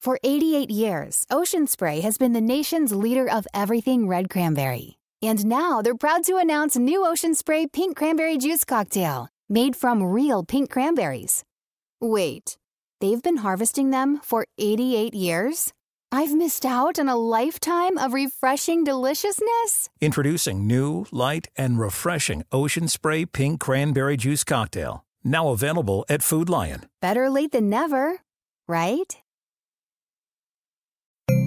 For 88 years, Ocean Spray has been the nation's leader of everything red cranberry. And now they're proud to announce new Ocean Spray Pink Cranberry Juice Cocktail, made from real pink cranberries. Wait, they've been harvesting them for 88 years? I've missed out on a lifetime of refreshing deliciousness? Introducing new, light, and refreshing Ocean Spray Pink Cranberry Juice Cocktail. Now available at Food Lion. Better late than never, right?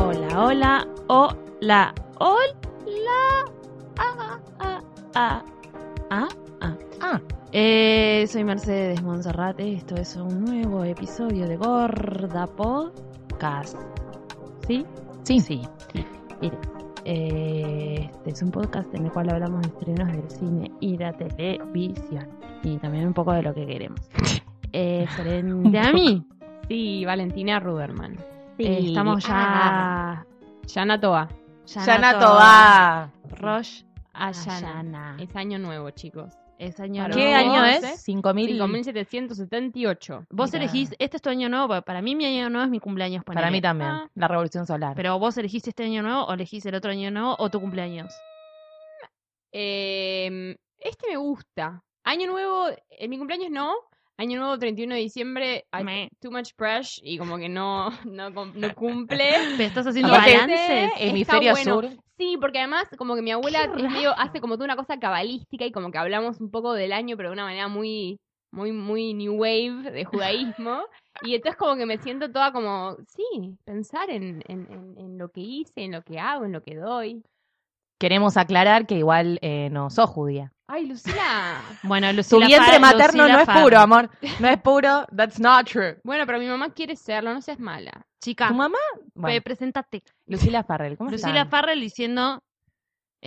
Hola, hola, hola, hola. Ah, ah, ah, ah, ah, ah. Eh, soy Mercedes Monserrate. Esto es un nuevo episodio de Gorda Podcast. ¿Sí? Sí. Sí. Mire, eh, este es un podcast en el cual hablamos de estrenos del cine y la televisión. Y también un poco de lo que queremos. Eh, frente a mí, Sí, Valentina Ruderman. eh, estamos ah. ya. Yana Toa. Yana Tobá. Roche Ah, Ayana. Ayana. Es año nuevo, chicos. Es año ¿Qué nuevo. año es? 5000. 5778. Vos Mirá. elegís, este es tu año nuevo, porque para mí mi año nuevo es mi cumpleaños. Para mí ponele. también. Ah. La revolución solar. Pero vos elegís este año nuevo o elegís el otro año nuevo o tu cumpleaños. Eh, este me gusta. Año nuevo, en mi cumpleaños no. Año nuevo 31 de diciembre, I- Me. too much pressure y como que no, no, cum- no cumple. Pero estás haciendo Aparte, balances. está hemisferio bueno. sur. Sí, porque además como que mi abuela Qué es medio- hace como toda una cosa cabalística y como que hablamos un poco del año, pero de una manera muy, muy, muy new wave de judaísmo. y entonces como que me siento toda como, sí, pensar en, en- en- en lo que hice, en lo que hago, en lo que doy. Queremos aclarar que igual eh, no sos judía. Ay, Lucila. Bueno, Tu Lucila vientre Fa- materno Lucila no es Fa- puro, amor. No es puro. That's not true. Bueno, pero mi mamá quiere serlo, no seas mala. Chica, ¿Tu mamá? Bueno, pre- presentate. Lucila Farrell. ¿Cómo Ah. Lucila están? Farrell diciendo,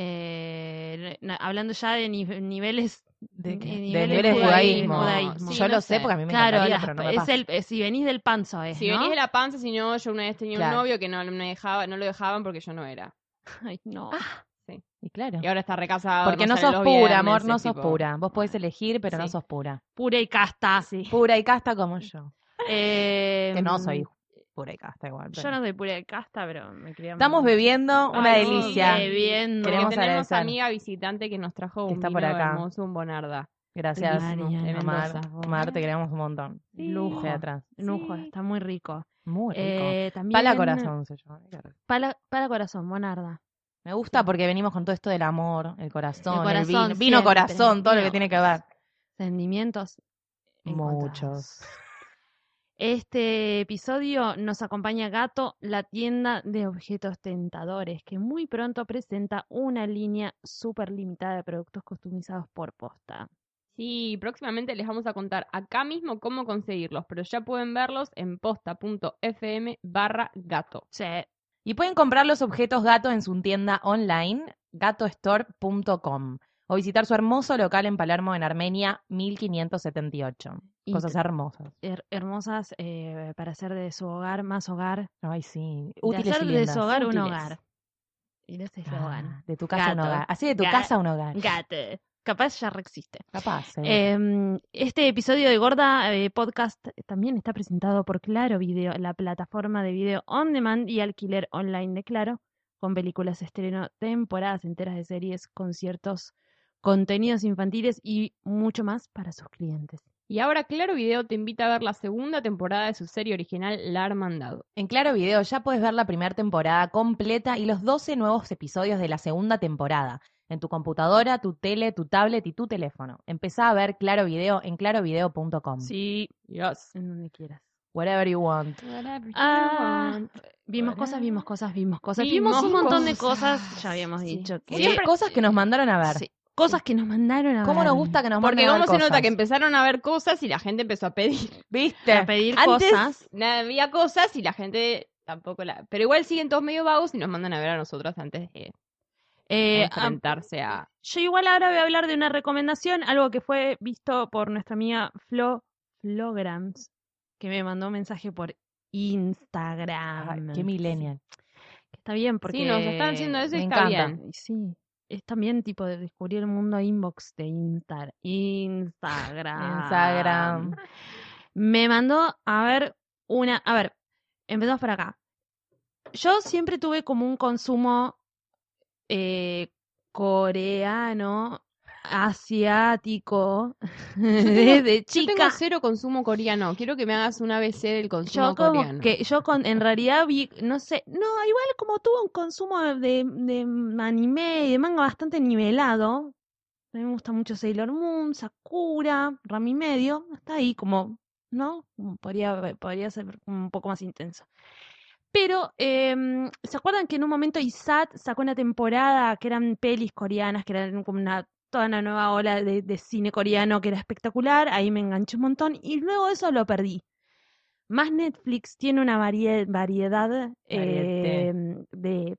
eh, na- hablando ya de ni- niveles ¿De, qué? eh, de De niveles niveles de judaísmo. judaísmo. Judaísmo. Yo lo Sí, no sé sé. porque a mí me claro, encantaría, las- pero no me es pasa. el, eh, si venís del panzo es, Si ¿no? venís de la panza, si no, yo una vez tenía Pues, Claro. un novio que no, no me dejaba, no lo dejaban porque yo no era. Ay, no. Ah, Y claro. Y ahora está recasado. Porque no sale sos los pura, viernes, amor. No es sos tipo- pura. Vos podés elegir, pero no Sí. sos pura. Pura y casta. Sí. Pura y casta como yo. Eh, Que no soy pura y casta igual. Yo pero- no soy pura de casta, pero me crié- Estamos bebiendo una Ay, delicia. sí, Bebiendo. Porque Queremos tenemos agradecer. amiga visitante que nos trajo un Que está vino por acá. hermoso, un bonarda. Gracias, Riquísimo, de Omar. Mendoza. Omar, te queremos un montón. Sí. Lujo. Sea atrás. Lujo, Sí. está muy rico. Muy rico. Eh, también, Pala corazón se llama. ¿eh? Pala, pala corazón, Monarda. Me gusta porque venimos con todo esto del amor, el corazón, el, El corazón, vino, vino siempre. corazón, todo lo Vino. que tiene que ver. Sentimientos. encontrados. Muchos. Este episodio nos acompaña Gato, la tienda de objetos tentadores, que muy pronto presenta una línea súper limitada de productos customizados por posta. Sí, próximamente les vamos a contar acá mismo cómo conseguirlos, pero ya pueden verlos en posta.fm barra gato. Sí, Y pueden comprar los objetos gato en su tienda online, gatostore.com, o visitar su hermoso local en Palermo, en Armenia, 1578. y Cosas hermosas. her- hermosas eh, para hacer de su hogar más hogar. Ay, sí. De Útiles hacer y de lindas. su hogar un Útiles. hogar. Y ese Ah, eslogan. de tu casa un Gato. hogar. Así de tu Ga- casa un hogar. Gato. Ah, Capaz ya reexiste. Capaz. eh. Eh, este episodio de Gorda eh, Podcast también está presentado por Claro Video, la plataforma de video on demand y alquiler online de Claro, con películas estreno, temporadas enteras de series, conciertos, contenidos infantiles y mucho más para sus clientes. Y ahora Claro Video te invita a ver la segunda temporada de su serie original La Hermandad. En Claro Video ya puedes ver la primera temporada completa y los 12 nuevos episodios de la segunda temporada. En tu computadora, tu tele, tu tablet y tu teléfono. Empezá a ver Claro Video en clarovideo.com. Sí, Yes. en donde quieras. Whatever you want. Ah, Vimos Bueno. cosas, vimos cosas, vimos cosas. Vimos, Vimos un montón de cosas. cosas, ya habíamos Sí. dicho que... Muchas cosas que nos mandaron a ver. Sí. Cosas que nos mandaron a ¿Cómo ver. nos gusta que nos Porque manden a cómo ver se nota cosas? que empezaron a ver cosas y la gente empezó a pedir. A ¿Viste? pedir Antes cosas. nada, había cosas y la gente tampoco la... Pero igual siguen todos medio vagos y nos mandan a ver a nosotros antes de Eh, ah, enfrentarse a... yo igual ahora voy a hablar de una recomendación, algo que fue visto por nuestra amiga Flo Flograms, que me mandó un mensaje por Ay, Instagram. qué millennial. Que Está bien, porque nos están haciendo eso y me está encanta. bien. Y Sí, es también tipo de descubrir el mundo inbox de Instar. Instagram. Instagram. Me mandó a ver una. A ver, empezamos por acá. Yo siempre tuve como un consumo eh, coreano, asiático, desde Yo chica. tengo cero consumo coreano. Quiero que me hagas un ABC del consumo Yo como coreano. que yo con, en realidad vi, no sé, no, igual como tuvo un consumo de, de anime y de manga bastante nivelado. A mí me gusta mucho Sailor Moon, Sakura, Rami Medio, hasta ahí como, ¿no? Como Podría, podría ser como un poco más intenso. Pero, eh, ¿se acuerdan que en un momento ISAT sacó una temporada que eran pelis coreanas, que eran como una, toda una nueva ola de, de cine coreano que era espectacular? Ahí me enganché un montón y luego eso lo perdí. Más Netflix tiene una varie- variedad eh, de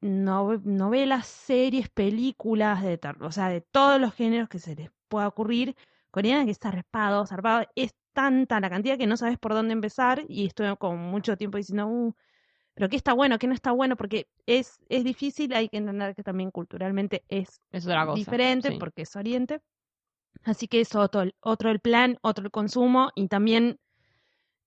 no- novelas, series, películas, de ter- o sea, de todos los géneros que se les pueda ocurrir. Coreana que está respado, zarpado, es tanta la cantidad que no sabes por dónde empezar y estuve con mucho tiempo diciendo, "Uh, pero qué está bueno, qué no está bueno, porque es, es difícil, hay que entender que también culturalmente es es otra cosa. diferente sí. porque es Oriente. Así que es otro, el- otro el plan, otro el consumo y también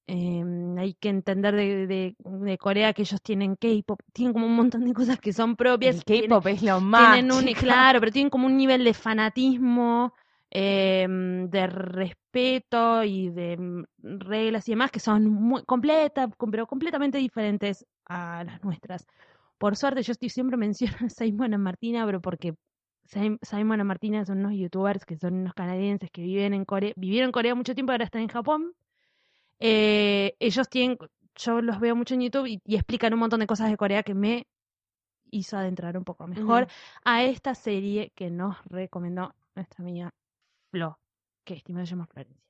eh, hay que entender de, de- de Corea que ellos tienen K-pop, tienen como un montón de cosas que son propias. El tienen- K-pop es lo más. tienen un, chica. claro, pero tienen como un nivel de fanatismo, eh, de respeto y de mm, reglas y demás que son muy completa, com- pero completamente diferentes a las nuestras. Por suerte, yo estoy siempre menciono a Simon and Martina, pero porque Sim- Simon and Martina son unos youtubers que son unos canadienses que viven en Corea, vivieron en Corea mucho tiempo, ahora están en Japón. Eh, ellos tienen, yo los veo mucho en YouTube y, y explican un montón de cosas de Corea que me hizo adentrar un poco mejor a esta serie que nos recomendó nuestra amiga Flo, que estimado se llama Florencia.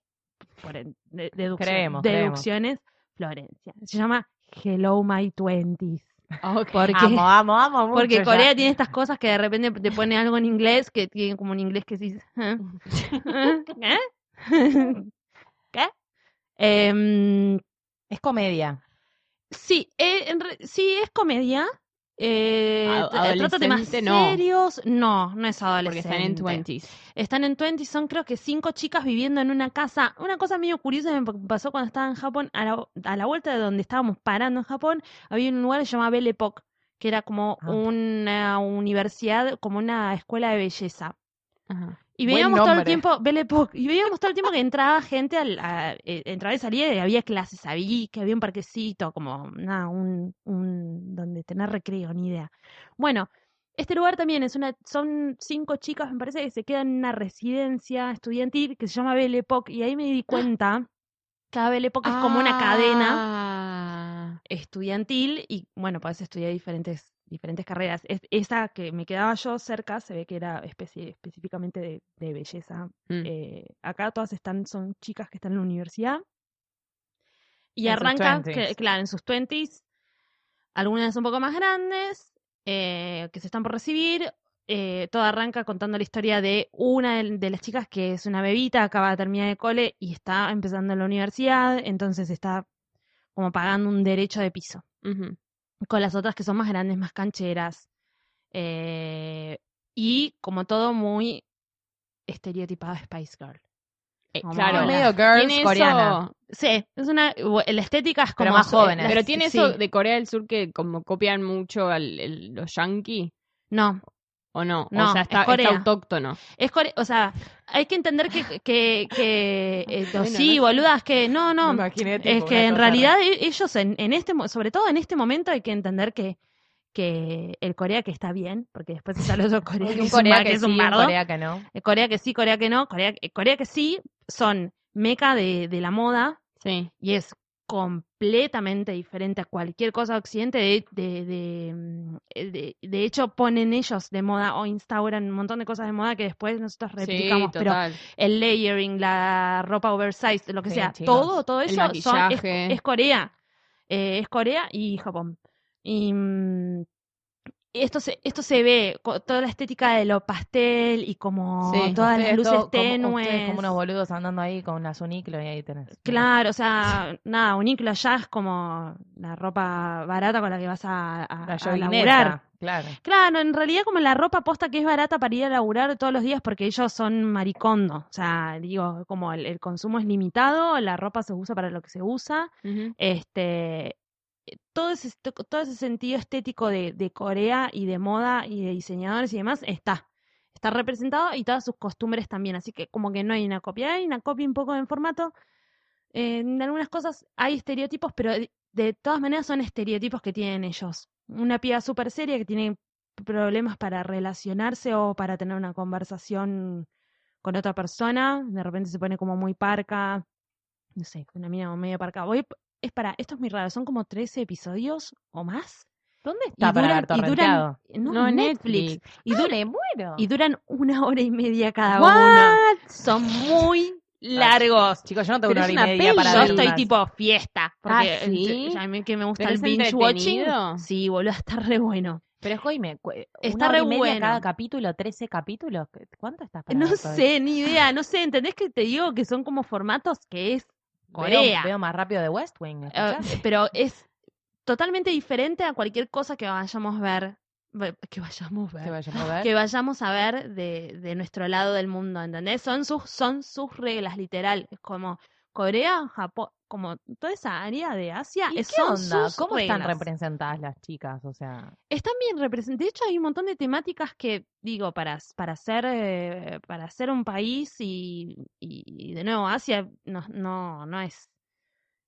Por en- de- deducción- Creemos, creemos. deducciones, Florencia. Se llama Hello My Twenties. Ok. Porque, Amo, amo, amo mucho porque ya. Corea tiene estas cosas que de repente te pone algo en inglés que tiene como un inglés que dices. ¿eh? ¿Eh? ¿Qué? Em, Es comedia. Sí, eh, en re- sí, es comedia. Eh, A- tra- trata temas adolescente, no. serios. No, no es Porque adolescente. están en 20s. Están en 20, son creo que cinco chicas viviendo en una casa. Una cosa medio curiosa me pa- pasó cuando estaba en Japón, a la, a la vuelta de donde estábamos parando en Japón, había un lugar que se llamaba Belle Époque, que era como Ah. una universidad, como una escuela de belleza. Ajá. Y Buen veíamos todo el nombre. tiempo, Belle Époque, y veíamos todo el tiempo que entraba gente, al- a- eh, entraba y salía, y había clases, había, que había un parquecito, como nada, un, un, donde tener recreo, ni idea. Bueno, este lugar también es una, son cinco chicas, me parece, que se quedan en una residencia estudiantil que se llama Belle Époque, y ahí me ¡Ah! di cuenta, cada Belle Époque es como una cadena cadena. estudiantil y bueno, podés estudiar diferentes, diferentes carreras. Es- esa que me quedaba yo cerca se ve que era especi- específicamente de, de belleza. Mm. Eh, acá todas están, son chicas que están en la universidad. Y En sus arranca, 20s. que- claro, en sus 20s. Algunas un poco más grandes, eh, que se están por recibir. Eh, todo arranca contando la historia de una de, de las chicas que es una bebita, acaba de terminar de cole y está empezando en la universidad, entonces está como pagando un derecho de piso. Ujú. Con las otras que son más grandes, más cancheras. Eh, y como todo muy estereotipado Spice Girl. Eh, Como claro. Es ahora. medio girls Tiene coreana. eso- Sí, es una, la estética es como... eh, Pero más jóvenes. Pero tiene sí. eso de Corea del Sur que como copian mucho al, el- los yankees, No, ¿o no? No, o sea, está, es Corea. está autóctono. Es core- o sea, hay que entender que, que, que eh, Bueno, sí, no sé. boludas, que no, no, es que en realidad e- ellos en, en este, mo- sobre todo en este momento hay que entender que, que el Corea que está bien, porque después está el otro Corea, que un es un, Corea bar- que que es sí, un un bardo. Corea que no. Eh, Corea que sí, Corea que no, Corea, eh, Corea que sí son meca de, de la moda Sí. y es completamente diferente a cualquier cosa occidente. De, de, de, mm, eh, de- de hecho, ponen ellos de moda o instauran un montón de cosas de moda que después nosotros replicamos. pero total. el layering, la ropa oversized, lo que Sí, sea, chicos. todo, todo El eso son, es, maquillaje. es Corea. Eh, es Corea y Japón. Y mm, esto se, esto se ve, co- toda la estética de lo pastel y como Sí, todas las Ustedes luces todo- como- ustedes tenues. como unos boludos andando ahí con una uniclo y ahí tenés. Claro, o sea, nada, uniclo allá es como la ropa barata con la que vas a, a, La a laburar. llovineta. Claro. Claro, en realidad como la ropa posta que es barata para ir a laburar todos los días porque ellos son maricondo. O sea, digo, como el, el consumo es limitado, la ropa se usa para lo que se usa. Ujú. Este, todo ese, todo ese sentido estético de, de Corea y de moda y de diseñadores y demás está. Está representado y todas sus costumbres también. Así que como que no hay una copia. Hay una copia un poco en formato. En algunas cosas hay estereotipos, pero de- de todas maneras son estereotipos que tienen ellos. Una piba súper seria que tiene problemas para relacionarse o para tener una conversación con otra persona, de repente se pone como muy parca, no sé, una mina como medio parca. Voy, es para, esto es muy raro, son como 13 episodios o más. ¿Dónde Y está para duran- haber y duran- torrenteado? No, Netflix. Y, Ah, duran- me muero. y duran una hora y media cada What? una. Son muy largos. Chicos, yo no tengo Pero una es hora y una media peli. para Yo ver estoy más. tipo fiesta. Porque Ah, ¿sí? eh, a mí que me gusta ¿Pero el es binge watching. entretenido? Sí, boludo, está re bueno. Pero escúchame, cu- Está una hora re y media bueno. cada capítulo, 13 capítulos. ¿Cuánto estás para No ver todo eso? sé, ni idea, no sé, ¿entendés que te digo que son como formatos que es Corea? Veo, veo más rápido de West Wing. Eh, ¿escuchás? pero es totalmente diferente a cualquier cosa que vayamos a ver, ve- que vayamos a Que ver, vayamos a ver. que vayamos a ver de, de nuestro lado del mundo, ¿entendés? Son sus, son sus reglas, literal, es como Corea, Japón, como toda esa área de Asia, ¿Y es- qué son onda? sus ¿Cómo están reglas. representadas las chicas? O sea, Están bien representadas. De hecho, hay un montón de temáticas que, digo, para, para, ser, eh, para ser un país y, y- y de nuevo Asia no, no, no es,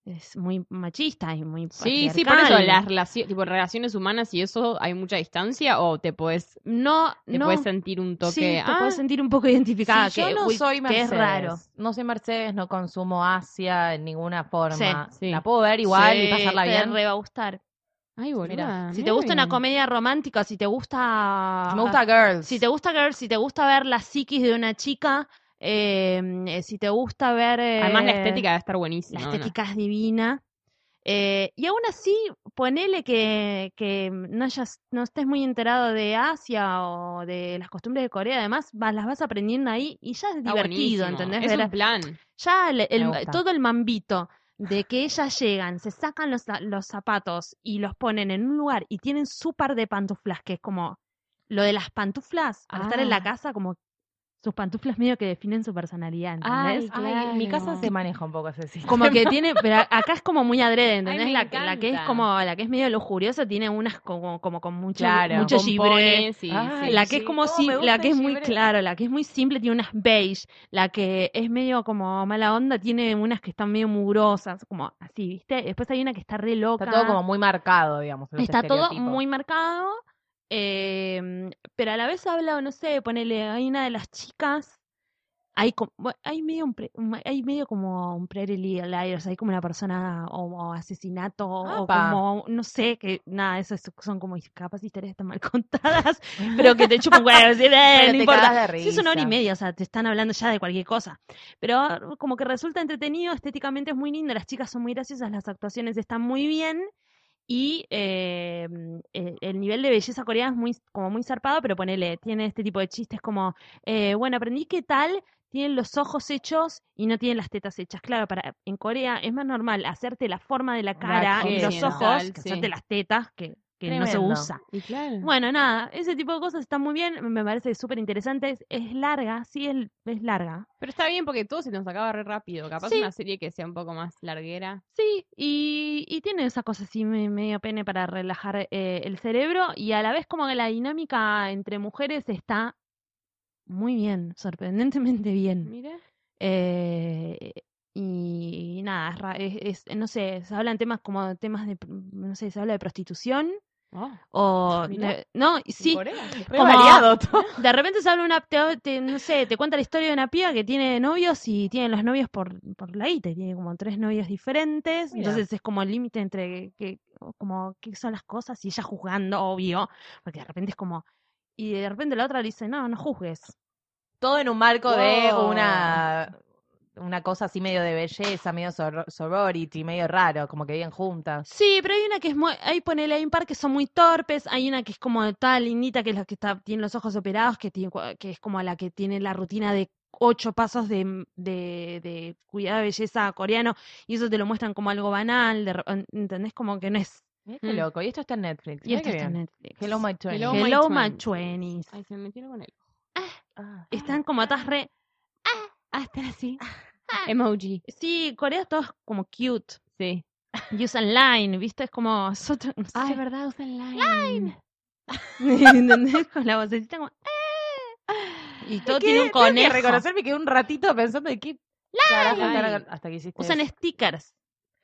es muy machista y muy Sí, sí, por eso patriarcal. las relaciones, tipo relaciones humanas y eso hay mucha distancia o te puedes No, te no. puedes sentir un toque. sí, te ah, puedes sentir un poco identificada. si que, yo no uy, soy que Mercedes. es raro. No soy Mercedes, no consumo Asia en ninguna forma. Sí, sí. La puedo ver igual y Sí, pasarla te bien. re va a gustar. Ay, boluda, Mira, Si mirá te gusta una bien. comedia romántica, si te gusta... Si Me gusta Girls. Si te gusta ver, si te gusta ver la psiquis de una chica, eh, eh, si te gusta ver. eh, Además la estética debe estar buenísima. La ¿o no? estética es divina. Eh, y aún así, ponele que, que no, hayas- no estés muy enterado de Asia o de las costumbres de Corea, además vas- las vas aprendiendo ahí y ya es Está divertido, buenísimo. ¿entendés? Es Ver- un plan. ya el- el- gusta. todo el mambito de que ellas llegan, se sacan los, los zapatos y los ponen en un lugar y tienen su par de pantuflas, que es como lo de las pantuflas, al estar en Ah. la casa, como sus pantuflas medio que definen su personalidad, ¿entendés? Ay, Ay, en mi casa Claro. se maneja un poco ese sistema. Como que tiene, pero a- acá es como muy adrede, ¿entendés? me la, que- la que es encanta. como, la que es medio lujuriosa tiene unas como, como con mucho, Claro. mucho gibre. Pompones y- Ah, sí. La que es como ¿Cómo si- me gusta la que el es muy gibre? claro, la que es muy simple tiene unas beige, la que es medio como mala onda tiene unas que están medio mugrosas, como así, ¿viste? Después hay una que está re loca. Está todo como muy marcado, digamos. los Está todo estereotipos. muy marcado, eh, pero a la vez habla, no sé, ponele, hay una de las chicas, hay, como, hay, medio, un pre- un- hay medio como un prairie liars, hay como una persona o, o asesinato, o Apa. como, no sé, que nada, eso es- son como capaz historias están mal contadas, pero que te chupan huevos, y, eh, Pero no te importa. cagas de Sí, es una hora y risa. media, o sea, te están hablando ya de cualquier cosa. Pero como que resulta entretenido, estéticamente es muy lindo, las chicas son muy graciosas, las actuaciones están muy bien y eh, eh, el nivel de belleza coreana es muy, como muy zarpado, pero ponele, tiene este tipo de chistes como, eh, bueno, aprendí qué tal tienen los ojos hechos y no tienen las tetas hechas. Claro, para en Corea es más normal hacerte la forma de la cara y los occidental, ojos que sí. hacerte las tetas que, que no se Tremendo. usa. Y claro. Bueno, nada, ese tipo de cosas está muy bien, me parece súper interesante, es, es larga, sí es, es larga. Pero está bien porque todo se nos acaba re rápido. Capaz Sí. una serie que sea un poco más larguera. Sí, y, y tiene esa cosa así me- medio pene para relajar eh, el cerebro y a la vez como que la dinámica entre mujeres está muy bien, sorprendentemente bien. Mira. Eh, y, nada, es ra- es, es- no sé, se hablan temas como temas de, pr- no sé, se habla de prostitución, Oh, O Mirá. de- no, sí, Corea. Re Como- variado todo. de repente sale una te, te- no sé, te cuenta la historia de una piba que tiene novios y tiene los novios por por la guita, y tiene como tres novios diferentes, Mira. entonces es como el límite entre que como qué son las cosas y ella juzgando, obvio, porque de repente es como y de repente la otra le dice, "No, no juzgues." Todo en un marco de Wow. una una cosa así medio de belleza, medio sor- sorority, medio raro, como que viven juntas. Sí, pero hay una que es muy. Ahí ponele, hay un par que son muy torpes. Hay una que es como toda lindita, que es la que está, tiene los ojos operados, que, tiene, cua- que es como la que tiene la rutina de ocho pasos de, de, de cuidado de belleza coreano. Y eso te lo muestran como algo banal. de re- ¿Entendés? Como que no es. Mirá qué Mm. loco. Y esto está en Netflix. Y mirá esto qué está en bien. Netflix. Hello, my twenties. Hello, Hello, my my twenties. twenties. Ay, se me metieron con él. Ah. Están como atrás re. Ah, están así. Ah. Emoji. Sí, Corea todos como cute. Sí. Y usan line, ¿viste? Es como. es otra- no Ay, sé. es verdad, usan line. ¿Entendés? Con la vocecita como. "Ah". Y todo Me tiene quedé- un tengo que conejo. reconocer, me quedé un ratito pensando de qué carajo Line. estará- hasta que hiciste Usan eso. stickers.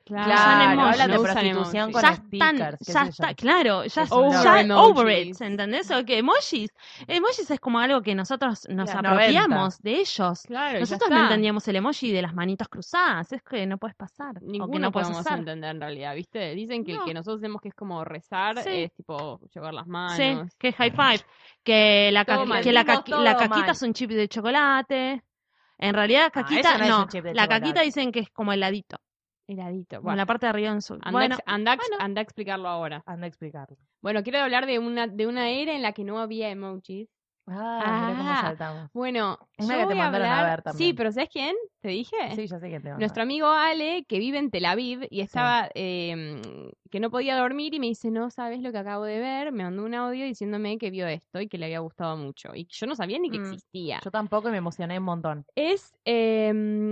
Claro, usan Claro, emojis, hablan de no usan prostitución emojis. con ya stickers. qué están, ya sé yo. está, claro, ya, Es un ya over over emojis. it, ¿entendés? O que emojis, emojis es como algo que nosotros nos Las apropiamos de ellos. Claro, Nosotros no entendíamos el emoji de las manitas cruzadas, es que no puedes pasar, o que Ninguno no puedes podemos usar. entender en realidad, ¿viste? Dicen que el No. que nosotros vemos que es como rezar Sí. es tipo llevar las manos. Sí, que high five, que la, ca- Todo mal. que la, Entendimos caqui- todo la caquita mal. es un chip de chocolate. En realidad, caquita, eso Ah, no, no es un chip de la chocolate. caquita dicen que es como heladito, Heladito. como Bueno, la parte de arriba en su. anda, Bueno, a ex- anda a ex- bueno. anda a explicarlo ahora. Anda a explicarlo. Bueno, quiero hablar de una, de una era en la que no había emojis. Ah, mirá Ah. cómo saltamos. Bueno, Una yo que te voy a mandaron a hablar... ver también. Sí, pero ¿sabes quién? ¿Te dije? Sí, ya sé que te van a- Eh, Nuestro amigo Ale, que vive en Tel Aviv y estaba, eh, que no podía dormir y me dice, no sabes lo que acabo de ver, me mandó un audio diciéndome que vio esto y que le había gustado mucho. Y yo no sabía ni que Mm. existía. Yo tampoco y me emocioné un montón. Es, eh,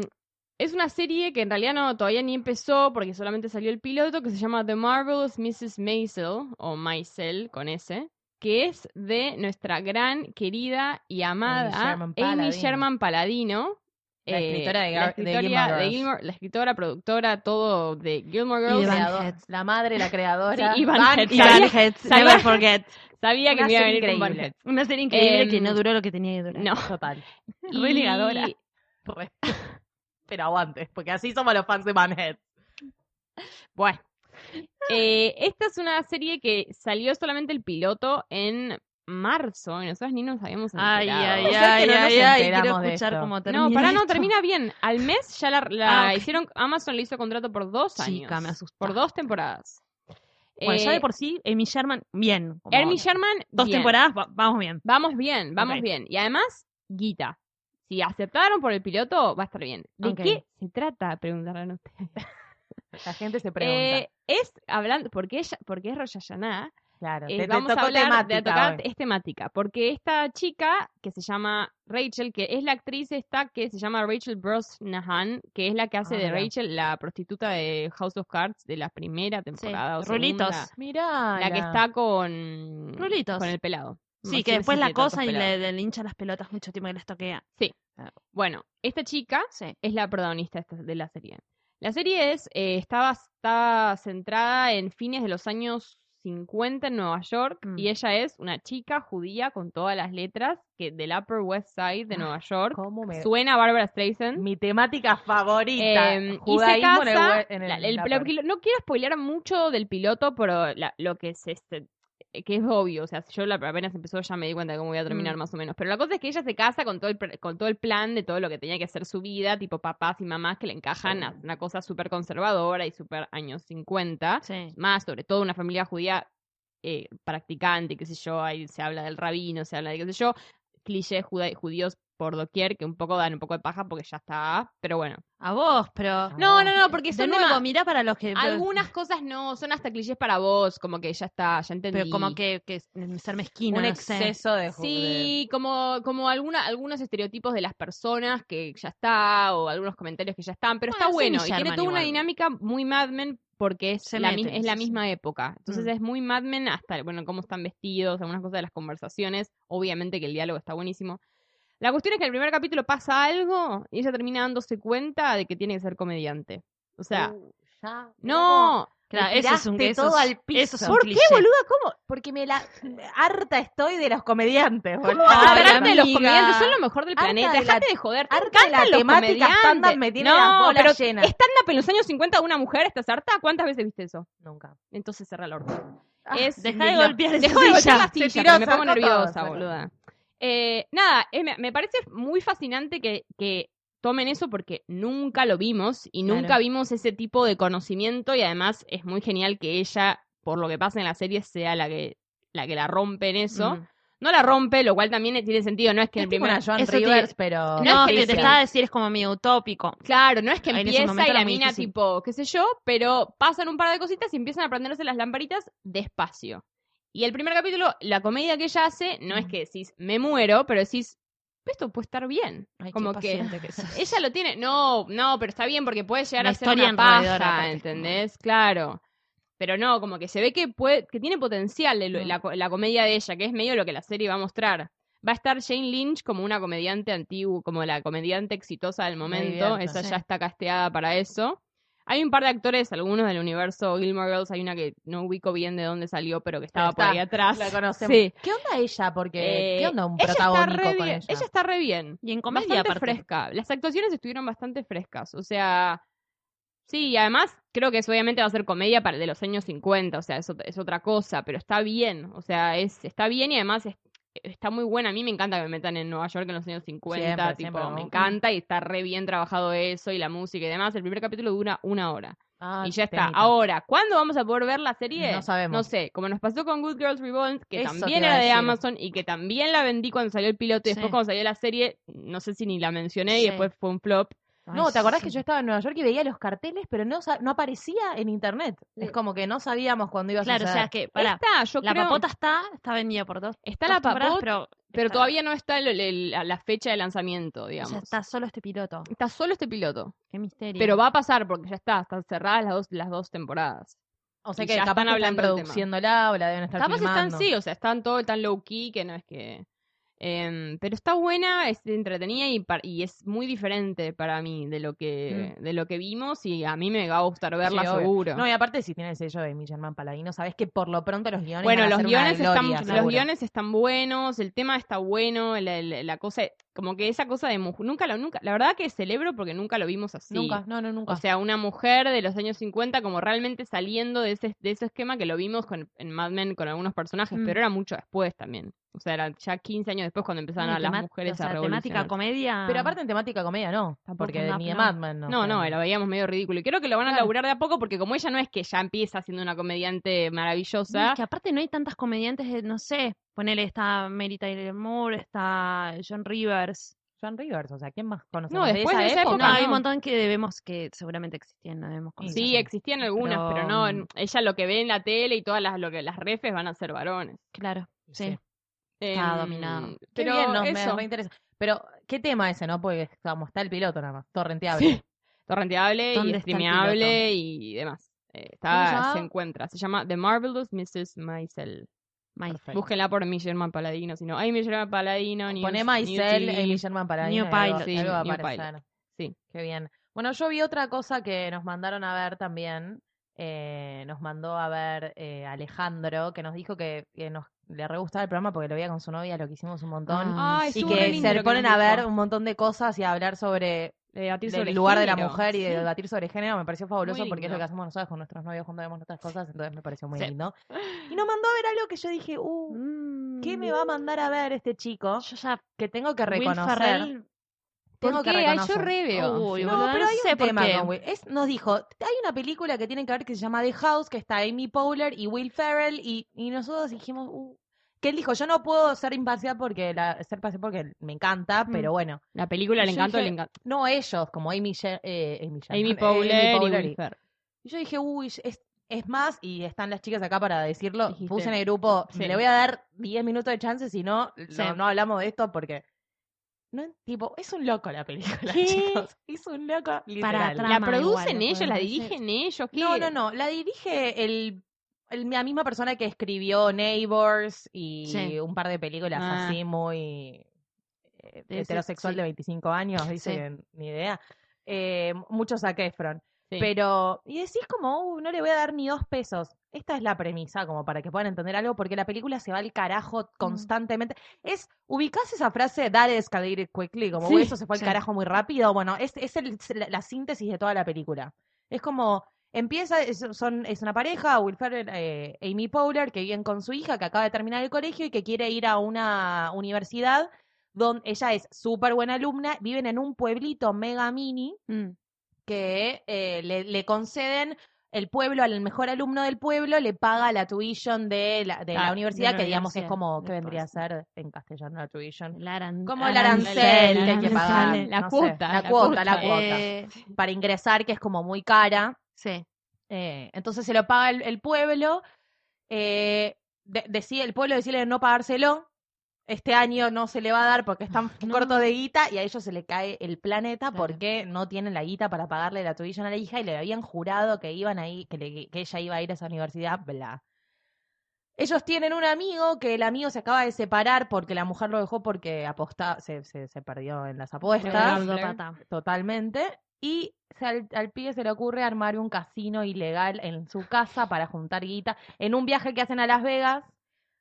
es una serie que en realidad no, todavía ni empezó porque solamente salió el piloto, que se llama The Marvelous Mrs. Maisel, o Maisel con S, que es de nuestra gran, querida y amada Sherman Amy Paladino. Sherman Paladino. La eh, escritora de la Gar- de escritora Gilmore de Girls. Gilmore- la escritora, productora, todo de Gilmore Y de Girls. Van Creador- Head. La madre, la creadora. Sí, y Van Head. Y Van Sabía- Head, sabía- never forget. Sabía que Una me iba a serie venir con increíble. Barnett. Una serie increíble Em, que no duró lo que tenía que durar. No. Total. Y- ligadora. Re- Pero aguantes, porque así somos los fans de Manhead. Bueno. Eh, esta es una serie que salió solamente el piloto en marzo y nosotros ni nos habíamos Ay, enterado. ay, O ay, sea que ay, no nos ay, quiero enteramos de escuchar esto. cómo termina. No, para no, esto. termina bien. Al mes ya la, la Ah, ok. hicieron, Amazon le hizo contrato por dos Chica, años. me asustaste. Por dos temporadas. Bueno, ya Eh, de por sí, Amy Sherman, bien. como Hermie Sherman, Dos bien. temporadas, va- vamos bien. Vamos bien, vamos Ok. bien. Y además, guita. Si aceptaron por el piloto, va a estar bien. ¿De Ok. qué se trata? Preguntarán ustedes. La gente se pregunta. Eh, es hablando, porque ella, porque es Rosh Hashanah, claro. Eh, te, te vamos a tocó hablar temática de tocar hoy. es temática, porque esta chica que se llama Rachel, que es la actriz esta que se llama Rachel Brosnahan, que es la que hace Ah, de mirá. Rachel la prostituta de House of Cards de la primera temporada o Rulitos. segunda, Mirá. la que está con Rulitos. con el pelado. Sí, Maxi que después la Messi de tantos cosa y pelados. le, le hincha las pelotas mucho tiempo que las toquea. Bueno, esta chica Sí. es la protagonista esta- de la serie. La serie es, eh, está, bas- está centrada en fines de los años 50 en Nueva York Mm. y ella es una chica judía con todas las letras que del Upper West Side de Nueva York. ¿Cómo me... Suena a Barbara Streisand. Mi temática favorita. Em, y se judaísmo en el casa. we- en el la- el- Upper. lo que- no quiero spoilear mucho del piloto, pero la- lo que es este que es obvio, o sea, si yo la, apenas empezó ya me di cuenta de cómo voy a terminar Mm. más o menos, pero la cosa es que ella se casa con todo el pre- con todo el plan de todo lo que tenía que ser su vida, tipo papás y mamás que le encajan a una cosa súper conservadora y súper años 50, Sí. más sobre todo una familia judía eh, practicante, qué sé yo, ahí se habla del rabino, se habla de qué sé yo, clichés juda- judíos por doquier que un poco dan un poco de paja porque ya está, pero bueno. A vos, pero. No, no, no, porque De son nuevo, tema- mirá para los que. algunas cosas no, son hasta clichés para vos, como que ya está, ya entendí. Pero como que, que ser mezquina. Un no sé. exceso de ju- de- Sí, como, como alguna, algunos estereotipos de las personas que ya está, o algunos comentarios que ya están, pero Bueno, está sí, bueno. Y Sherman tiene toda una igual. dinámica muy Mad Men porque es, Se la, mete mi- en es la eso, sí. misma época. Entonces Mm. es muy Mad Men hasta, bueno, cómo están vestidos, algunas cosas de las conversaciones. Obviamente que el diálogo está buenísimo. La cuestión es que en el primer capítulo pasa algo y ella termina dándose cuenta de que tiene que ser comediante. O sea, Uh, ya, mirá no, cómo- Claro, Me eso es un tiraste eso todo es- al piso. eso es un ¿Por cliché. qué, boluda? ¿Cómo? Porque me la harta estoy de los comediantes, boluda. vas a Ay, Ay, Harta de los amiga. comediantes, son lo mejor del Harta planeta. de la- Dejate de joder. te harta de la encantan los temática comediantes. stand-up, me tiene no, las bolas pero llenas. Stand-up en los años 50 de una mujer, ¿estás harta? ¿Cuántas veces viste eso? Nunca. Entonces cerra el orto. Ah, Es- Deja de lindo. golpear esa Dejó de golpear la silla. silla, Se tiró, pero me pongo cerró todo, nerviosa, cerró. boluda. Eh, nada, es- me- me parece muy fascinante que, que tomen eso porque nunca lo vimos y Claro. nunca vimos ese tipo de conocimiento y además es muy genial que ella, por lo que pasa en la serie, sea la que la, que la rompe en eso. Mm. No la rompe, lo cual también tiene sentido, no es que Es en tipo primer- una Joan eso tiene- Rivers, pero... No, es que que sí. te estaba a decir es como medio utópico. Claro, no es que En ese empieza momento y era la muy mina difícil. tipo, qué sé yo, pero pasan un par de cositas y empiezan a prenderse las lamparitas despacio. Y el primer capítulo, la comedia que ella hace, no es que decís, me muero, pero decís, esto puede estar bien. Ay, qué Como que paciente que sos. ella lo tiene, no, no, pero está bien porque puede llegar Una a ser historia una enredadora, paja, aparte. ¿entendés? Claro. Pero no, como que se ve que puede, que tiene potencial el- Mm. la, co- la comedia de ella, que es medio lo que la serie va a mostrar. Va a estar Jane Lynch como una comediante antigua, como la comediante exitosa del momento. divierto, Esa sí. ya está casteada para eso. Hay un par de actores, algunos del universo Gilmore Girls, hay una que no ubico bien de dónde salió, pero que estaba Pero por está, ahí atrás. La conocemos. Sí. ¿Qué onda ella? Porque... Eh, ¿Qué onda un ella está protagónico re con bien, ella? Ella está re bien Y en comedia, bastante aparte. fresca. Las actuaciones estuvieron bastante frescas. O sea, sí, y además creo que eso obviamente va a ser comedia para de los años 50. O sea, es, ot- es otra cosa, pero está bien. O sea, es está bien y además es- está muy buena. A mí me encanta que me metan en Nueva York en los años 50. Siempre, tipo, siempre, ¿no? me encanta y está re bien trabajado eso y la música y demás. El primer capítulo dura una hora. Ah, y ya está. temita. Ahora, ¿cuándo vamos a poder ver la serie? No sabemos. No sé, como nos pasó con Good Girls Revolt, que Eso también te iba a era de decir. Amazon y que también la vendí cuando salió el piloto y Sí. después cuando salió la serie, no sé si ni la mencioné y Sí. después fue un flop. Ay, No, ¿te acordás que sí. yo estaba en Nueva York y veía los carteles, pero no, sa- no aparecía en internet? Es como que no sabíamos cuándo iba a Claro, o suceder. sea, que pará, Está, yo la creo, papota está, está vendida por dos. está dos la temporadas, papota, pero, pero, está- todavía no está el- el- la, la fecha de lanzamiento, o digamos. sea, está solo este piloto. Está solo este piloto, Qué misterio. pero va a pasar porque ya está, están cerradas las dos, las dos temporadas. O sea Y que ya capaz están que hablando del tema. produciéndola o la deben estar Capaz están, filmando. sí, o sea, están todo tan low key que no es que. em, pero está buena, es entretenida y, par- y es muy diferente para mí de lo que de lo que vimos y a mí me va a gustar verla Mm. Sí, obvio. seguro. No, y aparte si tiene el sello de Amy Germán Paladino, sabes que por lo pronto los guiones bueno, van a los ser una guiones gloria, están los seguro. guiones están buenos, el tema está bueno, la, la- la cosa como que esa cosa de mu- nunca lo nunca, la verdad que celebro porque nunca lo vimos así. Nunca, no, no, nunca. O sea, una mujer de los años 50 como realmente saliendo de ese, de ese esquema que lo vimos con, en Mad Men con algunos personajes, Mm. pero era mucho después también. O sea, era ya 15 años después cuando empezaron a Ay, las tema- mujeres o sea, a revolucionar. temática comedia. pero aparte en temática comedia no, Tampoco, porque no, ni de no. Mad Men no. No, o sea, no, lo veíamos medio ridículo. Y creo que lo van a Claro. laburar de a poco porque como ella no es que ya empieza siendo una comediante No, es maravillosa, que aparte no hay tantas comediantes, de, no sé, ponele, está Mary Tyler Moore, está John Rivers. John Rivers, o sea, ¿quién más conoce? No, después de esa No, época, hay un no. montón que debemos, que seguramente existían, no debemos conocer. sí, existían algunas, pero, Pero, no, mm. en- ella lo que ve en la tele y todas las, lo que, las refes van a ser varones. Claro, sí. Está dominado. Qué Pero bien, no, me eso, reinteresa. Pero, ¿qué tema ese, no? Porque como está el piloto nada más, torrenteable. torrenteable ¿Dónde está ¡Eh! y el streameable y demás. Eh, ¿Cómo se está, llama? se encuentra. Se llama The Marvelous Mrs. Maisel. Maisel. Perfecto. Búsquenla por Amy German Paladino, si no. Amy German Paladino, News, Pone New Maisel, TV. Amy Sherman para New algo, Pilot. Sí, algo va a New aparecer. Sí. Qué bien. Bueno, yo vi otra cosa que nos mandaron a ver también. eh, nos mandó a ver eh, Alejandro, que nos dijo que, que nos, le re gustaba el programa porque lo veía con su novia, lo que hicimos un montón. Ah, Ay, y estuvo re que lindo se lo ponen nos a ver dijo. un montón de cosas y a hablar sobre De debatir sobre el lugar de la género. mujer y de Sí. debatir sobre género. Me pareció fabuloso Muy porque es lindo. lo que hacemos nosotros con nuestros novios cuando vemos nuestras cosas, entonces me pareció muy Sí. lindo. Y nos mandó a ver algo que yo dije, uh, Mm, ¿qué Mm, me va a mandar a ver este chico? Yo ya, Que tengo que Will reconocer. Ferrell, Tengo ¿Por que qué? Ay, yo reconocer. re veo. Uy, Sí. boluda, No, pero no hay sé un por tema qué. con Will. Es, nos dijo, hay una película que tienen que ver que se llama The House, que está Amy Powler y Will Ferrell, y, y nosotros dijimos, "Uh", que él dijo, yo no puedo ser imparcial porque la, ser parcial porque me encanta, Mm. pero bueno. La película Y le yo encantó, dije, le encantó. No ellos, como Amy, Sher- eh, Amy, Sherman, Amy eh, Powler y Powler Will Ferrell. y yo dije, uy, es, es más, y están las chicas acá para decirlo, Dijiste, puse en el grupo, sí. le voy a dar 10 minutos de chance, si no, no- Sí. no hablamos de esto porque... No, en- tipo, es un loco la película, ¿Qué? chicos. Es un loco literal. atrás. La Ama producen igual, no ellos, la podemos decir. dirigen ellos. ¿qué? No, no, no. La dirige el, el- la misma persona que escribió Neighbors y Sí. un par de películas Ah. así muy eh, De ese- heterosexual sí. de 25 años, dice Sí. que ni idea. Eh, mucho Zac Efron. Sí. Pero, y decís como, "Uh, no le voy a dar ni dos pesos. Esta es la premisa, como para que puedan entender algo, porque la película se va al carajo constantemente. Es, ubicás esa frase, that escalated quickly, como, Sí, "Uy, eso se fue al sí. carajo muy rápido. Bueno, es, es el- la, la síntesis de toda la película. Es como, empieza, es, son, es una pareja, Will Ferrell, eh, Amy Powler, que viven con su hija, que acaba de terminar el colegio y que quiere ir a una universidad donde ella es súper buena alumna, viven en un pueblito mega mini, mm, que eh, le, le conceden el pueblo al mejor alumno del pueblo, le paga la tuition de la, de la Ah, universidad, de la que digamos es universidad, como, ¿qué de vendría a todo ser en castellano la tuition? El aran- Como el arancel que hay que pagar. La no sé, cuota, la la cuota, la cuota. cuota. Eh, Para ingresar, que es como muy cara. sí. Eh, entonces se lo paga el, el pueblo. eh, de- decide, el pueblo decide no pagárselo. Este año no se le va a dar porque están No. cortos de guita y a ellos se le cae el planeta Claro. porque no tienen la guita para pagarle la tuition a la hija y le habían jurado que iban ahí, que, le- que ella iba a ir a esa universidad, bla. Ellos tienen un amigo que el amigo se acaba de separar porque la mujer lo dejó porque aposta, se, se- se perdió en las apuestas Claro. Gordopata. totalmente. Y se- al, al pibe se le ocurre armar un casino ilegal en su casa para juntar guita. En un viaje que hacen a Las Vegas,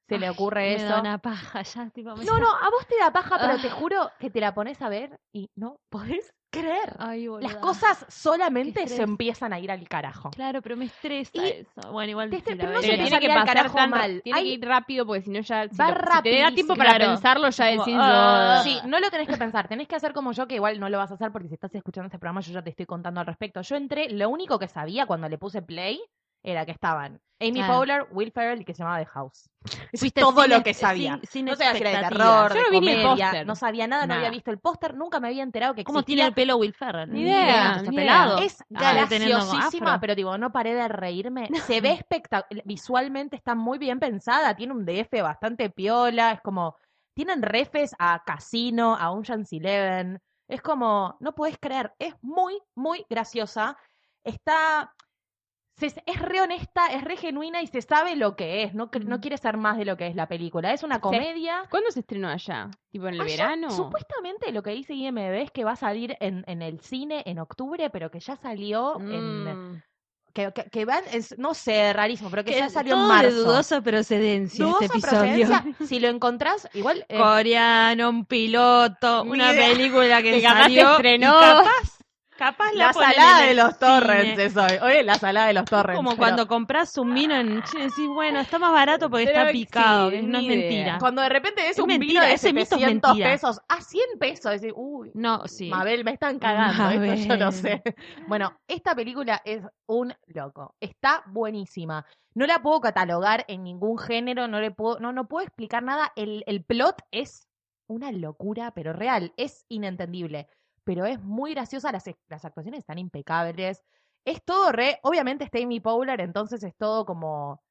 se le Ay, ocurre me eso. da una paja ya, tipo, me No, no, a vos te da paja, pero Ah. te juro que te la pones a ver y no podés creer. Ay, boluda. Las cosas solamente Qué se estrés. empiezan a ir al carajo. Claro, pero me estresa Y- eso. Bueno, igual Te sí la estre- pero vería. no se Pero empieza tiene a que ir al pasar carajo tan mal. mal. Tiene Hay- que ir rápido porque si no ya si, Va lo- si te da rapidísimo, tiempo para claro. pensarlo ya Como, decís ah. "Ah". Sí, no lo tenés que pensar. Tenés que hacer como yo, que igual no lo vas a hacer porque si estás escuchando este programa, yo ya te estoy contando al respecto. Yo entré, lo único que sabía cuando le puse play era que estaban Amy Claro. Powler, Will Ferrell y que se llamaba The House. Es Fuiste todo sin lo ex- que sabía. sin- sin no sabía si era de expectativas. terror, Yo de no vi ni el comedia, póster. no sabía nada, no Nada. había visto el póster, nunca me había enterado que ¿Cómo existía. tiene el pelo Will Ferrell? Ni tiene idea, tanto ni pelado. idea. Es Ah, de tenerlo como graciosísima, afro. pero digo, no paré de reírme. Se ve espectacular, visualmente está muy bien pensada, tiene un DF bastante piola, es como, tienen refes a Casino, a Ocean's Eleven, es como, no podés creer, es muy, muy graciosa, está, se- es re honesta, es re genuina y se sabe lo que es, no, cre- no Mm. quiere ser más de lo que es la película, es una comedia. ¿Cuándo se estrenó allá? ¿Tipo en el Allá, verano? Ah, Supuestamente lo que dice IMDb es que va a salir en, en el cine en octubre, pero que ya salió en... Mm. Que, que, que van, es- no sé, rarísimo, pero que, Que ya salió en todo marzo. de dudosa procedencia Dudosa este episodio. procedencia, Si lo encontrás, igual... eh, Coreano, un piloto, Ni una idea. película que, Que capaz salió se y estrenó. capaz, capaz la, la ponen salada en de el los torrents cine. es hoy. Hoy es la salada de los torrents. Como pero cuando compras un vino en Chile decís, bueno, está más barato porque Pero está sí, picado, es no es mi idea. mentira. Cuando de repente Es es un mentira, vino de ese mito es 700 mentira. pesos a 100 pesos, decís, uy, No, sí. Mabel, me están cagando, esto yo no sé. Mabel. Bueno, esta película es un loco. Está buenísima. No la puedo catalogar en ningún género, no le puedo, no, no puedo explicar nada. El, el plot es una locura, pero real, es inentendible. Pero es muy graciosa, las, las actuaciones están impecables. Es todo re, obviamente está Amy Powler, entonces es todo como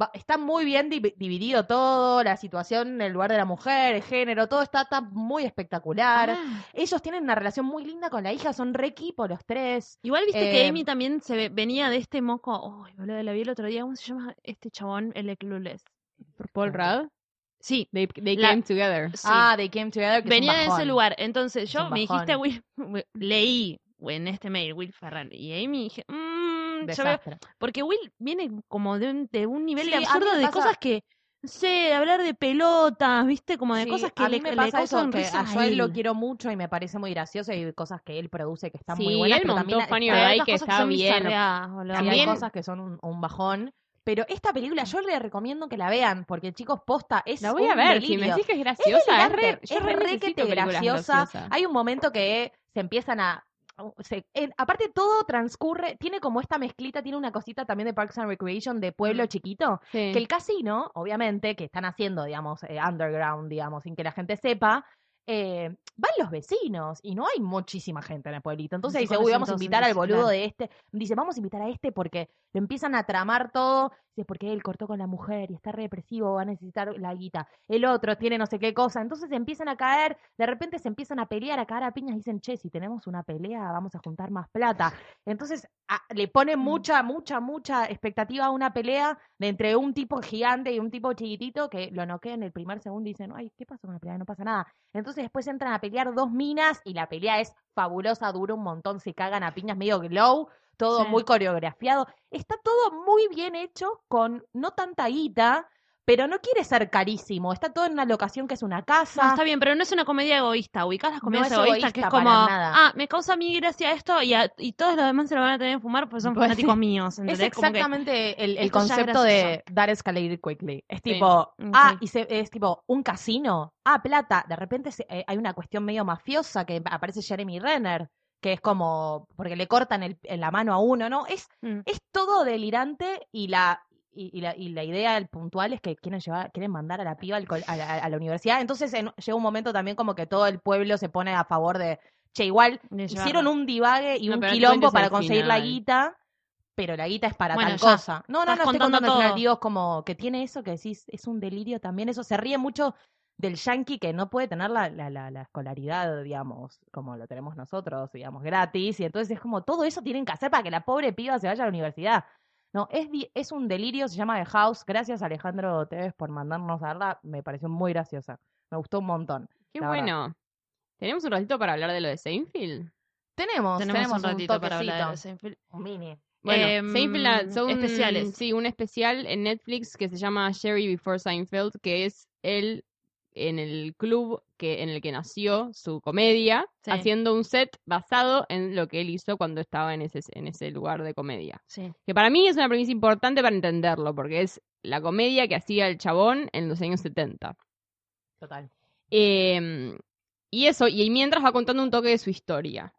va- está muy bien div- dividido todo, la situación, el lugar de la mujer, el género, todo está, está muy espectacular. Ah, Ellos tienen una relación muy linda con la hija, son re equipo los tres. Igual viste que Eh, Amy también se ve- venía de este moco. Ay, boludo, la vi el otro día. ¿Cómo se llama este chabón? El de Clueless. ¿Por Paul Rudd? Sí, They, they La- came together. sí. Ah, They Came Together. Que venía es un de ese bajón. lugar. Entonces Es yo un me dijiste, bajón. Will, Will- leí en este mail Will Ferrell y Amy. Dije, mmm, yo veo- Desastre. porque Will viene como de un, de un nivel Sí, de a mí absurdo me de pasa- cosas que, no sé, hablar de pelotas, viste, como de Sí, cosas que a le, mí me le pasa eso, causan que risa a a yo a él lo él. quiero mucho y me parece muy gracioso y hay cosas que él produce que están muy Sí, buenas. él pero montó también hay- Funny pero or hay Die, otras que cosas está son bien. Bizarreadas, boludo. Y También- hay cosas que son un, un bajón. Pero esta película yo le recomiendo que la vean, porque chicos, posta, es La voy a un ver, si delirio. me decís que es Es graciosa, es, delirante, re, yo es re necesito que te películas graciosa. graciosas. Hay un momento que se empiezan a. uh, se- en- aparte, todo transcurre. Tiene como esta mezclita, tiene una cosita también de Parks and Recreation de pueblo Mm. chiquito. Sí. Que el casino, obviamente, que están haciendo, digamos, eh, underground, digamos, sin que la gente sepa. eh, van los vecinos y no hay muchísima gente en el pueblito. Entonces se dice, uy, vamos a conocen invitar todos, al boludo claro. de este. Dice, vamos a invitar a este porque lo empiezan a tramar todo. Dice, porque él cortó con la mujer y está represivo, va a necesitar la guita. El otro tiene no sé qué cosa. Entonces empiezan a caer, de repente se empiezan a pelear, a caer a piñas. Dicen, che, si tenemos una pelea, vamos a juntar más plata. Entonces a- le ponen Mm. mucha, mucha, mucha expectativa a una pelea de entre un tipo gigante y un tipo chiquitito que lo noquea en el primer segundo y dicen, ay, ¿qué pasó con la pelea? No pasa nada. Entonces después entran a pelear dos minas y la pelea es fabulosa, dura un montón, se cagan a piñas medio glow. todo Sí. muy coreografiado. Está todo muy bien hecho con no tanta guita, pero no quiere ser carísimo. Está todo en una locación que es una casa. No, está bien, pero no es una comedia egoísta. Ubicás las comedias es egoístas egoísta que es para como, nada. ah, me causa a mí gracia esto y, a- y todos los demás se lo van a tener que fumar porque son Pues sí. fanáticos míos. ¿entendés? Es Como que- exactamente el, esto ya el es concepto de dar escalated quickly. Es tipo, Sí. ah, Ok. y se- es tipo un casino, ah, plata. De repente se- eh, hay una cuestión medio mafiosa que aparece Jeremy Renner, que es como, porque le cortan el- en la mano a uno, ¿no? Es, Mm. es todo delirante y la, y, y la, y la idea el puntual es que quieren llevar, quieren mandar a la piba al col- a, la, a la universidad. Entonces en- llega un momento también como que todo el pueblo se pone a favor de, che, igual De llevarlo. hicieron un divague y No, pero no un te quilombo cuentes para el conseguir la final. guita, pero la guita es para Bueno, tal ya. cosa. No, no, Estás no estoy contando contando al final, todo. digo, como que tiene eso que decís, es un delirio también eso. Se ríe mucho del yankee que no puede tener la, la, la, la escolaridad, digamos, como lo tenemos nosotros, digamos, gratis. Y entonces es como todo eso tienen que hacer para que la pobre piba se vaya a la universidad. No, es, di- es un delirio, se llama The House. Gracias Alejandro Tevez por mandarnos a verla, me pareció muy graciosa. Me gustó un montón. Qué la verdad. bueno. ¿Tenemos un ratito para hablar de lo de Seinfeld? Tenemos, Tenemos, un ratito para toquecito, hablar de Seinfeld. un mini. Bueno, Em, Seinfeld la- son especiales. Sí, un especial en Netflix que se llama Sherry Before Seinfeld, que es él en el club que en el que nació su comedia, Sí. haciendo un set basado en lo que él hizo cuando estaba en ese, en ese lugar de comedia. Sí. Que para mí es una premisa importante para entenderlo, porque es la comedia que hacía el chabón en los años 70. Total. Em, y eso, y mientras va contando un toque de su historia.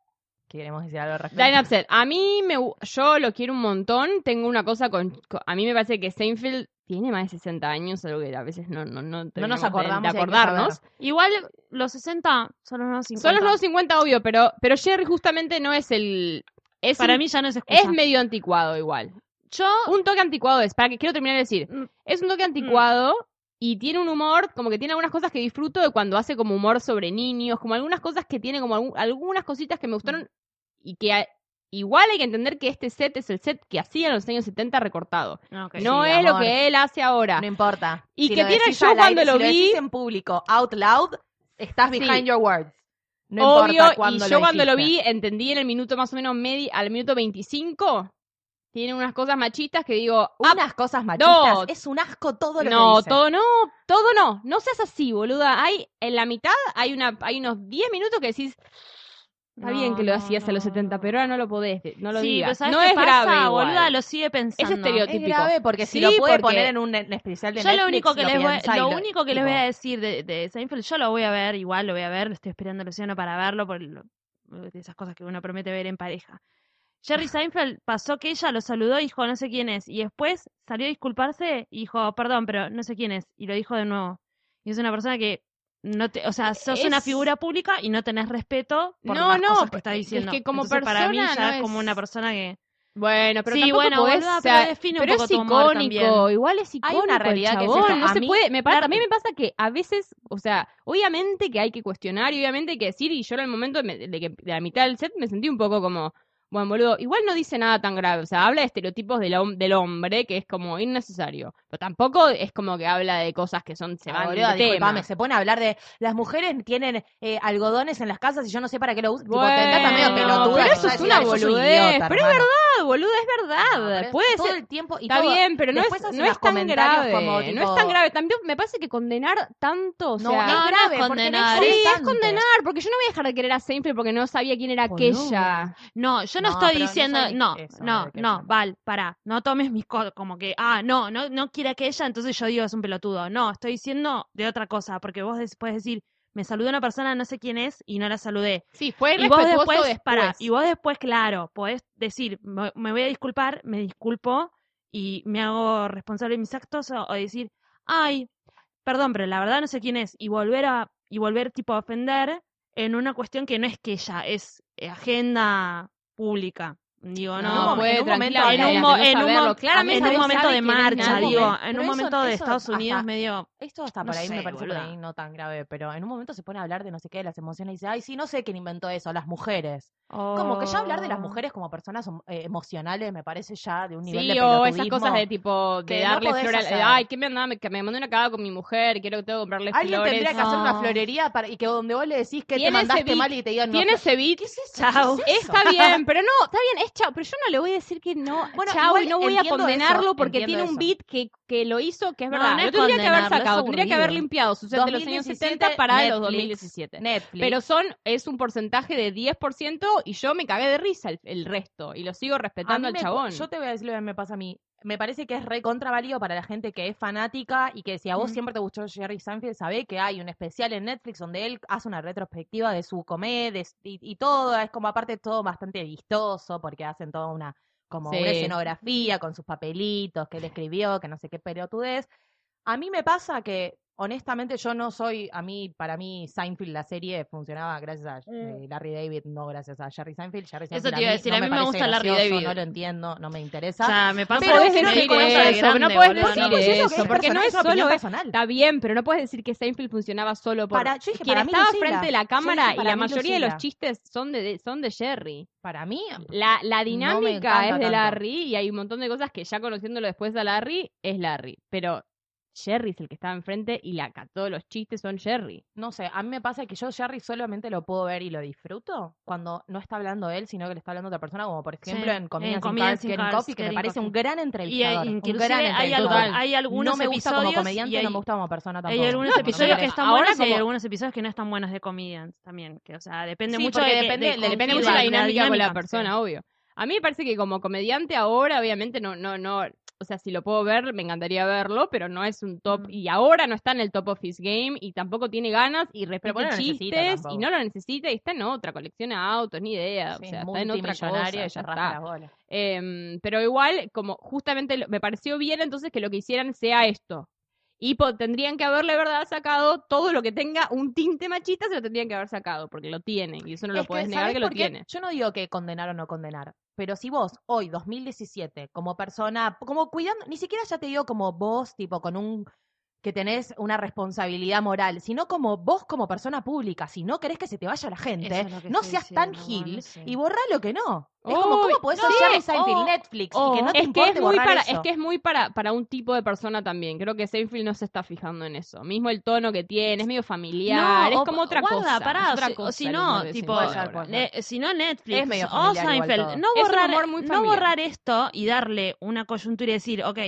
Queremos decir algo al respecto. Dine Upset. A mí me gu- yo lo quiero un montón. Tengo una cosa con, con- a mí me parece que Seinfeld tiene más de 60 años, algo que a veces no no no, no nos terminamos de- acordamos. y de, hay que acordarnos. saber. Igual los 60 son los nuevos 50. Son los nuevos 50 obvio, pero pero Jerry justamente no es el es Para un- mí ya no es excusa. es medio anticuado igual. Yo, Un toque anticuado es, para que quiero terminar de decir, Mm. es un toque anticuado y tiene un humor, como que tiene algunas cosas que disfruto de cuando hace como humor sobre niños, como algunas cosas que tiene como algún- algunas cositas que me gustaron y que a- igual hay que entender que este set es el set que hacía en los años 70 recortado. Ah, ok. no sí, es lo amor. que él hace ahora. No importa. Y que lo tiene- decís yo al cuando aire, lo si vi- decís en público, out loud, estás Sí. behind your words. No Obvio, importa y cuando yo lo cuando lo dijiste. vi entendí en el minuto más o menos medio, al minuto 25, tiene unas cosas machistas que digo, "Ah, Unas cosas machistas. no. Es un asco todo lo No, que dice. todo no, todo no. No seas así, boluda. Hay, en la mitad hay una, hay unos 10 minutos que decís, está No, bien que lo no, hacías a los no, 70, no. pero ahora no lo podés, no lo sí, pero digas. ¿sabes no qué es pasa? grave, igual. boluda, lo sigue pensando. estereotipo. Es típico. grave porque si Sí, lo puede porque- poner en un en un especial de Yo lo Netflix, único que les voy, piensa y lo lo- único que les tipo, voy a decir de, de Seinfeld, yo lo voy a ver, igual lo voy a ver, lo estoy esperando a Luciano para verlo por lo- de esas cosas que uno promete ver en pareja. Jerry Seinfeld pasó que ella lo saludó y dijo no sé quién es y después salió a disculparse y dijo perdón pero no sé quién es y lo dijo de nuevo y es una persona que no te, o sea, sos una E, Es- figura pública y no tenés respeto por No, las no, cosas que pero está es diciendo. que como Entonces, para mí persona ya no es como es- una persona que Bueno, pero Sí, tampoco bueno, podés, boluda, o sea, pero define un pero poco es tu humor icónico, también. igual es icónico. una realidad el que es chabón, esta. no A se mí, puede. Me pasa, claro. a mí me pasa que a veces, o sea, obviamente que hay que cuestionar y obviamente que decir, y yo en el momento de, me- de que, de la mitad del set me sentí un poco como, bueno, boludo, igual no dice nada tan grave, o sea, habla de estereotipos del, hom- del hombre que es como innecesario, pero tampoco es como que habla de cosas que son, se Se van van, de Ah, boluda, tema. disculpame, se pone a hablar de las mujeres tienen eh, algodones en las casas y yo no sé para qué lo usan. Tipo, Bueno, te trata medio pelotuda. pero te eso trata es de una decir, "Ay, sos un boludez, idiota, pero es hermano". verdad, Ah, boludo, es No, verdad, pero es puede todo ser, el tiempo y Está todo- bien, pero no es, después hace no unos es tan comentarios grave. como, No tipo- es tan grave. También me parece que condenar tanto. O No, sea, es no, no grave, es porque no condenar. sí, es importante. condenar. Porque yo no voy a dejar de querer a Seinfeld porque no sabía quién era Boluda. aquella. No, yo no, Oh, No, estoy pero no diciendo, soy no, eso, no, de que no, ella- Val, pará, no tomes mis cosas como que, ah, no, no, no quiere que ella, entonces yo digo es un pelotudo. No, estoy diciendo de otra cosa, porque vos des- podés decir, me saludó una persona, no sé quién es, y no la saludé. Sí, fue Y vos después, pará, y vos después, claro, podés decir, me, me voy a disculpar, me disculpo y me hago responsable de mis actos, o, o decir, ay, perdón, pero la verdad no sé quién es, y volver a, y volver tipo a ofender en una cuestión que no es que ella, es eh, agenda pública. Digo, No, no, momen- puede en un momento tranquila, habla en de un, las- Brian, mo- de no en un, saberlo. mo- Claramente en un nadie momento sabe de quién es marcha, nadie. digo, Pero en un eso- momento de eso Estados Unidos hasta- medio... Esto hasta No por ahí sé, me parece por boluda. ahí no tan grave, pero en un momento se pone a hablar de no sé qué, de las emociones y dice, ay, sí, no sé quién inventó eso, las mujeres. Como que ya hablar Oh. oh. de las mujeres como personas eh, emocionales me parece ya de un nivel de Sí, o esas pelotudismo. cosas de tipo, de que no darle podés flor a hacer. la- Ay, ¿qué me andaba? Me, que me mandé una cagada con mi mujer, quiero que tengo que comprarle Alguien flores. tendría que hacer una No. florería para, y que donde vos le decís que te Tiene ese mandaste bic- mal y te digan no. Tiene ese beat. ¿Qué es eso? Chao. ¿Qué es eso? Está bien, pero no, está bien, es chao, pero yo no le voy a decir que no, Bueno, chao, y igual no voy a entiendo condenarlo eso, porque tiene entiendo un eso. beat que, que lo hizo, que es No, verdad. no No, es tendría que haber condenarlo, es sacado, tendría que haber aburrido. limpiado su set de los años 70 2017 para los Netflix. 2017. Netflix. Pero son, es un porcentaje de 10% y yo me cagué de risa el, el resto y lo sigo A respetando mí al me- Ah, chabón. Yo te voy a decir lo que me pasa a mí. Me parece que es re contraválido para la gente que es fanática y que si a vos Mm. siempre te gustó Jerry Seinfeld, sabe que hay un especial en Netflix donde él hace una retrospectiva de su comedia de- y, y todo. Es como aparte todo bastante vistoso porque hacen toda una como Sí. una escenografía con sus papelitos que él escribió, que no sé qué pelotudez. A mí me pasa que honestamente yo no soy, a mí, para mí Seinfeld la serie funcionaba gracias a eh, Larry David, no gracias a Jerry Seinfeld. Jerry Eso Seinfeld te iba a decir, no a mí me parece gusta Larry gracioso, David. No lo entiendo, no me interesa. O sea, me pasa Pero algo es que que me no di cuenta reconocer de eso, no grande, puedes boludo, decir no. Pues eso, eso, que es porque no personal, es es opinión solo es- personal. Está bien, pero no puedes decir que Seinfeld funcionaba solo por Para, yo dije, quien para mí estaba Lucila. frente de la Yo cámara dije, y para la mí mayoría de los Lucila. chistes son de, de- son de Jerry. Para mí, La, la dinámica encanta es de tanto. Larry y hay un montón de cosas que ya conociéndolo después de Larry es Larry. Pero Jerry es el que estaba enfrente y la, todos los chistes son Jerry. no sé, a mí me pasa que yo Jerry solamente lo puedo ver y lo disfruto cuando no está hablando él, sino que le está hablando otra persona, como por ejemplo en Comedians, en in Comedians Cars, in Getting Cars, Coffee, que me Getting parece un Coffee. gran Y hay, entrevistador. un inclusive gran hay, algo- entrevistador. hay algunos no me gusta como episodios y comediante, hay, no me gusta como persona hay tampoco. algunos No, episodios no que me están ahora buenos y hay como- algunos episodios que no están buenos de comedians también, que o sea, depende Sí, mucho porque de, que- depende- de le con Depende quién, mucho de la de dinámica, con la dinámica, persona, sí. obvio. A mí me parece que como comediante ahora, obviamente, no, no, no, o sea, si lo puedo ver, me encantaría verlo, pero no es un top, Mm. y ahora no está en el top of his game, y tampoco tiene ganas, y repite bueno, lo necesita chistes, y tampoco. no lo necesita, y está en otra, colecciona autos, ni idea, Sí, o sea, está en otra cosa, multimillonario y ya ya está. rasca las bolas. Em, pero igual, como justamente lo- me pareció bien entonces que lo que hicieran sea esto. Y po- tendrían que haberle, verdad, sacado todo lo que tenga un tinte machista, se lo tendrían que haber sacado, porque lo tienen. Y eso no lo Es que, puedes negar ¿sabés que lo por qué? tiene. Yo no digo que condenar o no condenar, pero si vos hoy, 2017, como persona, como cuidando, ni siquiera ya te digo como vos, tipo con un que tenés una responsabilidad moral, sino como vos como persona pública, si no querés que se te vaya la gente, Eso es lo que no estoy seas tan diciendo, bueno, gil sí. y borrá lo que no. Es como, Uy, ¿cómo podés no, hacer Jerry Seinfeld oh, Netflix Oh, y que no te es que importe es muy borrar para, eso? es que es muy para, para un tipo de persona también. Creo que Seinfeld no se está fijando en eso. Mismo el tono que tiene, es medio familiar, es o- como otra guarda, cosa. pará, es otra si- o cosa si el no, humor de tipo, Seinfeld Puede ser, ahora. puede Le- si no Netflix Es medio o familiar igual Seinfeld, todo. no Es un borrar, humor muy no familiar. borrar esto y darle una coyuntura y decir, ok,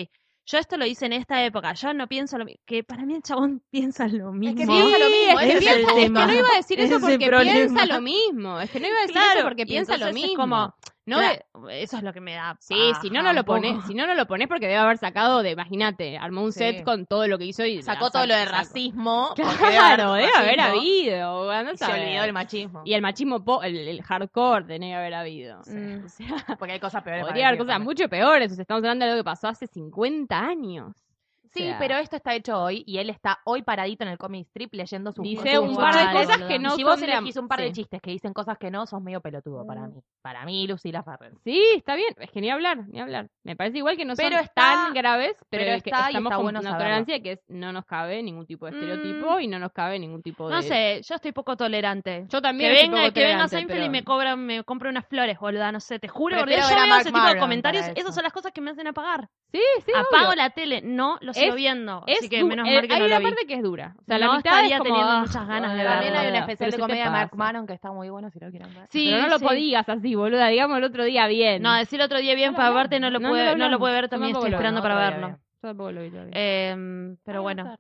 yo esto lo hice en esta época, yo no pienso lo mi- que para mí el chabón piensa lo mismo. que piensa lo mismo, es ese que es el piensa- es que tema. no iba a decir eso Ese porque problema. piensa lo mismo. Es que no iba a decir eso porque y piensa lo entonces es mismo. como, no cla- es- eh, eso es lo que me da. Sí, si no, no lo pones, si no, no lo pones porque debe haber sacado de, imagínate, armó un Sí. set con todo lo que hizo y Sacó todo lo de sacó. racismo. porque debe haber Claro, debe haber racismo, habido. andá a y Se saber. olvidó del machismo. Y el machismo, po- el, el hardcore, tenía que haber habido. Mm. O sea, Porque hay cosas peores. para podría haber decir cosas también. mucho peores. O sea, estamos hablando de algo que pasó hace 50 años. O Sí, sea, pero esto está hecho hoy y él está hoy paradito en el comic strip leyendo su Dice su- un su- par de Vale, cosas boludo. que no y si son vos de la- elegís un par de Mm. sí. chistes que dicen cosas que no, sos medio pelotudo para mí. Para mí, Lucila Farrell. Sí, está bien. Es que ni hablar, ni hablar. Me parece igual que no Pero son está- tan graves, pero, pero es que está y estamos está con bueno una saberlo. tolerancia que es no nos cabe ningún tipo de estereotipo Mm. y no nos cabe ningún tipo de... No sé, yo estoy poco tolerante. Yo eh, Que también soy venga, poco que venga tolerante, Seinfeld pero- y me cobra, me compra unas flores, boluda, no sé, te juro, porque yo Prefiero ver a veo Marc ese tipo de Maron comentarios, para eso. esas son las cosas que me hacen apagar. Sí, sí, Apago obvio. la tele, no lo sigo Es- viendo, Es así que du- menos eh, mal que hay no una lo vi. parte que es dura. O sea, la No mitad estaría es como, teniendo "Ah, muchas ganas de boluda, También verlo. hay un boluda". Pero especial de ¿qué te comedia de Mark pasa? Maron que está muy bueno si lo quieren ver. Sí, pero no lo sí. podías así, boluda. Digamos el otro día bien. No, decir otro día bien, No lo para hablamos. aparte no lo No, no puede, lo no, lo hablamos. puede ver, Yo también tampoco estoy lo esperando veo, para todavía verlo. bien. Yo tampoco lo vi todavía. Eh, pero bueno,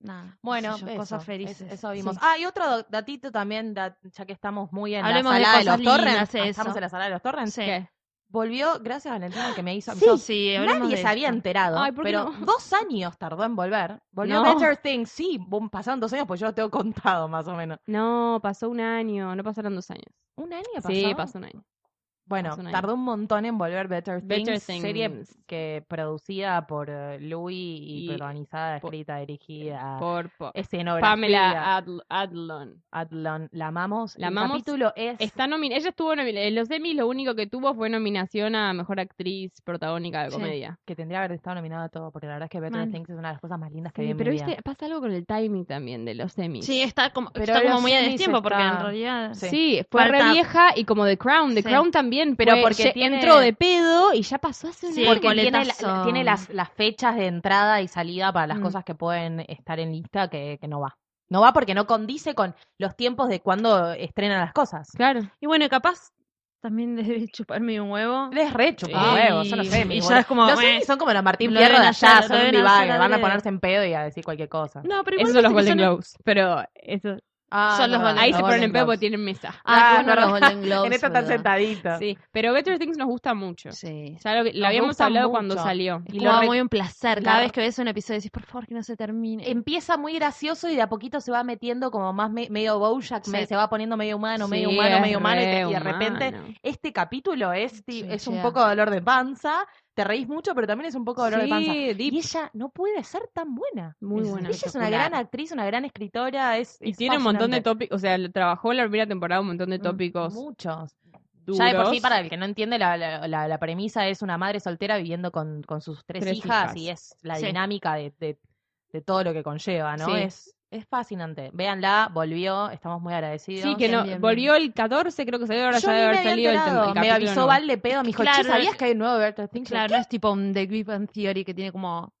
nada. Bueno, qué sé yo, cosas felices. es- Eso vimos. Sí. Ah, y otro do- datito también, da- ya que estamos muy en Hablemos de la sala de, cosas los torrents. lindas, eso. Estamos en la sala de los torrents. Sí. ¿Qué? Volvió, gracias a Valentina que me hizo. Sí, Ah, yo- sí, hablemos Nadie de se había esto. enterado, Ay, ¿por qué pero no? dos años tardó en volver. Volvió No. Better Things, sí, bum, pasaron dos años, pues yo lo tengo contado más o menos. No, pasó un año. No pasaron dos años. ¿Un año pasó? Sí, pasó un año. Bueno, pasó un año. tardó un montón en volver Better Things, Better Things. serie que producida por eh, Louis y, Y protagonizada, por- escrita, dirigida, eh, Por, por- escenografía. Pamela Adl- Adlon. Adlon, la amamos. La El amamos. capítulo es... Está nomin ella estuvo nominada. En los Emmys lo único que tuvo fue nominación a Mejor Actriz Protagónica de Sí. Comedia. que tendría que haber estado nominado a todo, porque la verdad es que Better Mal. Things es una de las cosas más lindas que vi Sí, en pero mi vida. viste, pasa algo con el timing también de los Emmys. Sí, está como, Pero está como los muy a Sims destiempo, porque en está- realidad... Sí. Sí, fue re Falta- vieja y como The Crown, The Sí. Crown también, pero Pero porque porque tiene- entró de pedo y ya pasó hace un Sí, año. porque tiene, la- boletazo. tiene las, las fechas de entrada y salida para las Mm. cosas que pueden estar en lista que, que no va. No va porque no condice con los tiempos de cuando estrenan las cosas. Claro. Y bueno, y capaz también debe chuparme un huevo. Les re chupa Sí. huevos, yo no sé. Y mi ya boludo. es como, No sé eh, si son como los Martín lo Fierro de deben hacer, allá, lo son un deben hacer divague, van a adrede. ponerse en pedo y a decir cualquier cosa. No, pero igual Esos son los viste que Golden son- Globes, pero eso, Ah, Son los no, Golden- ahí no, se ponen en Golden pepo Globes. tienen mesa. Ah, Ah, no, no, los no. Golden Globes. En esta están boludo. sentaditos. Sí, pero Better Things nos gusta mucho. Sí. Ya lo, que- lo Nos habíamos gusta hablado mucho. cuando salió. Es Y como lo re- muy un placer. la- Cada vez que ves un episodio decís, por favor, que no se termine. Empieza muy gracioso y de a poquito se va metiendo como más me- medio Bojack, Sí. me- se va poniendo medio humano, medio Sí, humano, es medio humano y, te- re y de repente humano. este capítulo es, ti- Sí, es un llega. poco dolor de panza, te reís mucho, pero también es un poco dolor de panza. Sí, deep. Y ella no puede ser tan buena. Muy Es- buena. Ella es una gran actriz, una gran escritora, es Y es tiene un montón de fascinante. tópicos, o sea, lo- trabajó en la primera temporada un montón de Mm, tópicos Muchos. duros. Ya de por sí, para el que no entiende, la, la- la- la premisa es una madre soltera viviendo con, con sus tres, Tres hijas, hijas. y es la Sí. dinámica de, de- de todo lo que conlleva, ¿no? Sí. Es, es fascinante. Véanla, volvió, estamos muy agradecidos. Sí, que Bien, no, bien, bien. volvió el 14, creo que salió, ahora Yo ya ni me debe había haber salido el, tem- el enterado. me capítulo avisó nuevo. Val de pedo, me dijo, Claro, che, ¿sabías que hay un nuevo Bertha Things? Claro, no es tipo un The Big Bang Theory que tiene como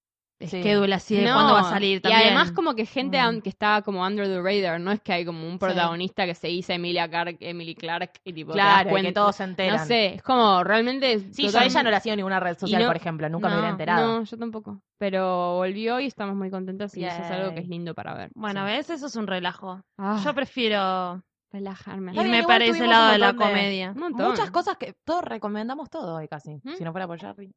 Sí. schedule así de No, cuándo va a salir también. Y además como que gente Mm. an- que está como under the radar, no es que hay como un protagonista que se dice Emilia Clark, Emily Clark y tipo te das Claro, y que cuenta. todos se enteran. No sé, es como realmente es Sí, yo a total- ella no la sigo en ninguna red social, no- por ejemplo, nunca me no, hubiera enterado. No, yo tampoco. Pero volvió y estamos muy contentas y eso es algo que Yay. es lindo para ver. Bueno, Sí. ¿ves? Eso es un relajo. Ah, Yo prefiero relajarme. bien, irme igual para ese tuvimos lado un de la montón de- comedia. Un montón. Muchas cosas que todos recomendamos todo hoy casi, si no fuera por Jerry.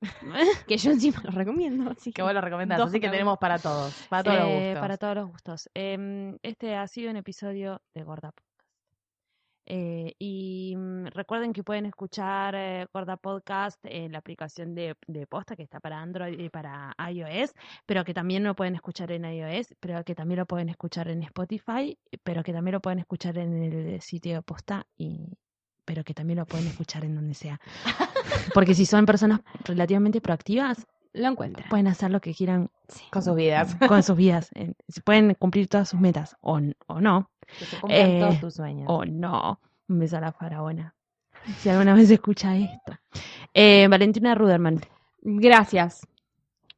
que yo encima lo recomiendo. Así Que vos lo recomendás, Dos así que recom- tenemos para todos, para todos los Eh, gustos. para todos los gustos. Eh, este ha sido un episodio de Gorda Podcast. Eh, y mm, recuerden que pueden escuchar eh, Gorda Podcast en la aplicación de, de Posta que está para Android y para iOS, pero que también lo pueden escuchar en iOS, pero que también lo pueden escuchar en Spotify, pero que también lo pueden escuchar en el sitio de Posta y pero que también lo pueden escuchar en donde sea. Porque si son personas relativamente proactivas, lo encuentran. pueden hacer lo que quieran Con sus vidas. con sus vidas. en- si pueden cumplir todas sus metas o, n- o no, Que se cumplan Eh, todos tus sueños. o no. Un beso a la faraona. Si alguna vez escucha esto. Eh, Valentina Ruderman. Gracias.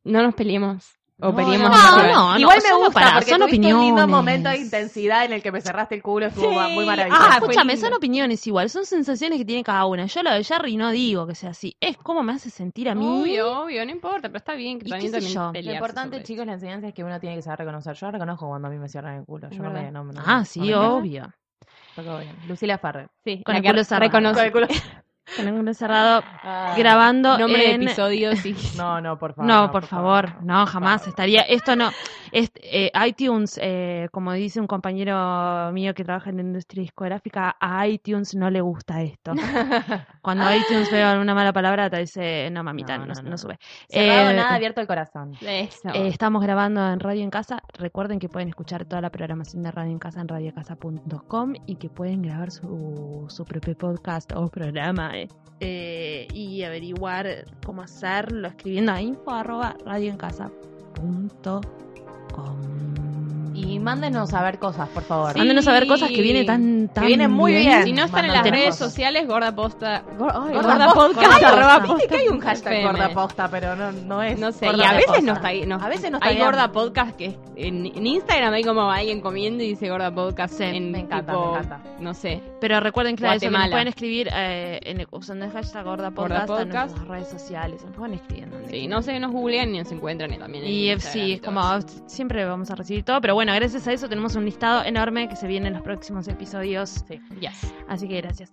No nos peleemos. O No, no, peleemos. nosotras. no, no, Igual me solo gusta para- porque son tuviste un lindo opiniones. momento de intensidad en el que me cerraste el culo, estuvo Sí. muy maravilloso. Ah, Ah, fue escúchame, lindo. son opiniones igual, son sensaciones que tiene cada una. Yo lo de Jerry no digo que sea así, es como me hace sentir a mí. Obvio, obvio, no importa, pero está bien que ¿Y también, qué sé también yo? Lo Lo pelearse sobre importante, eso. chicos, la enseñanza es que uno tiene que saber reconocer. Yo reconozco cuando a mí me cierran el culo. Es Yo no me, verdad. no, no- Ah, no sí, me- obvio. Toco bien. Lucila Farrer. Sí, Con la el que culo cerrado. reconoce. Con el culo- Con el culo cerrado, Ah. grabando Nombre en- de episodio, sí. No, no, por favor. No, por favor, no, por jamás favor. estaría. Esto no. Es, eh, iTunes, eh, como dice un compañero mío que trabaja en la industria discográfica, a iTunes no le gusta esto. Cuando iTunes ve alguna mala palabra, te dice, no, mamita, No, no, no, no. no sube. Cerrado, Eh, nada, abierto el corazón. Eso. eh, estamos grabando en Radio en Casa. Recuerden que pueden escuchar toda la programación de Radio en Casa en radiocasa.com y que pueden grabar su, su propio podcast o programa eh, eh, y averiguar cómo hacerlo escribiendo a info arroba radioencasa.com. Y mándenos a ver cosas, por favor. Sí, Mándenos a ver cosas que viene tan, tan que vienen muy bien. si no están en las Mandando redes cosas. sociales, gorda posta. gor- ay, Gorda gorda posta, podcast. gorda posta. arroba Viste posta. que hay un hashtag FM. gorda posta, pero no, no es. No sé, gorda y a de veces posta. no está ahí. No, A veces no está Hay bien. gorda podcast que es- en, en Instagram hay como alguien comiendo y dice gorda podcast. Sí, en Me encanta, tipo, me encanta. No sé. Pero recuerden, claro, eso, que nos Guatemala. pueden escribir eh, en, usando el hashtag gorda podcast, en Podcast. nuestras redes sociales. Nos pueden escribir. donde Sí, quieran. no sé, nos googlean y nos encuentran y también. en Y eh, Instagram sí, es todo como eso. ah, siempre vamos a recibir todo, pero bueno, gracias a eso tenemos un listado enorme que se viene en los próximos episodios. Yes. Así que gracias.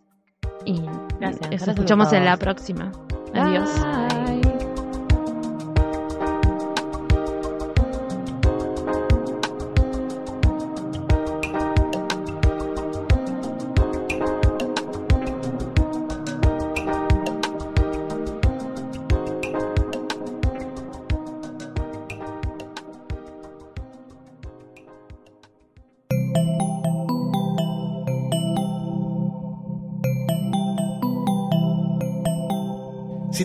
Y Gracias. nos Gracias a escuchamos en la todos. próxima. Adiós. Bye. Si